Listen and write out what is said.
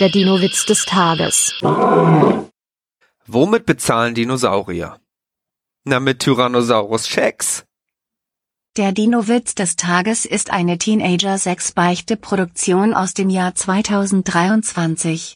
Der Dino-Witz des Tages. Womit bezahlen Dinosaurier? Na, mit Tyrannosaurus-Schecks. Der Dino-Witz des Tages ist eine Teenager-6-Beichte-Produktion aus dem Jahr 2023.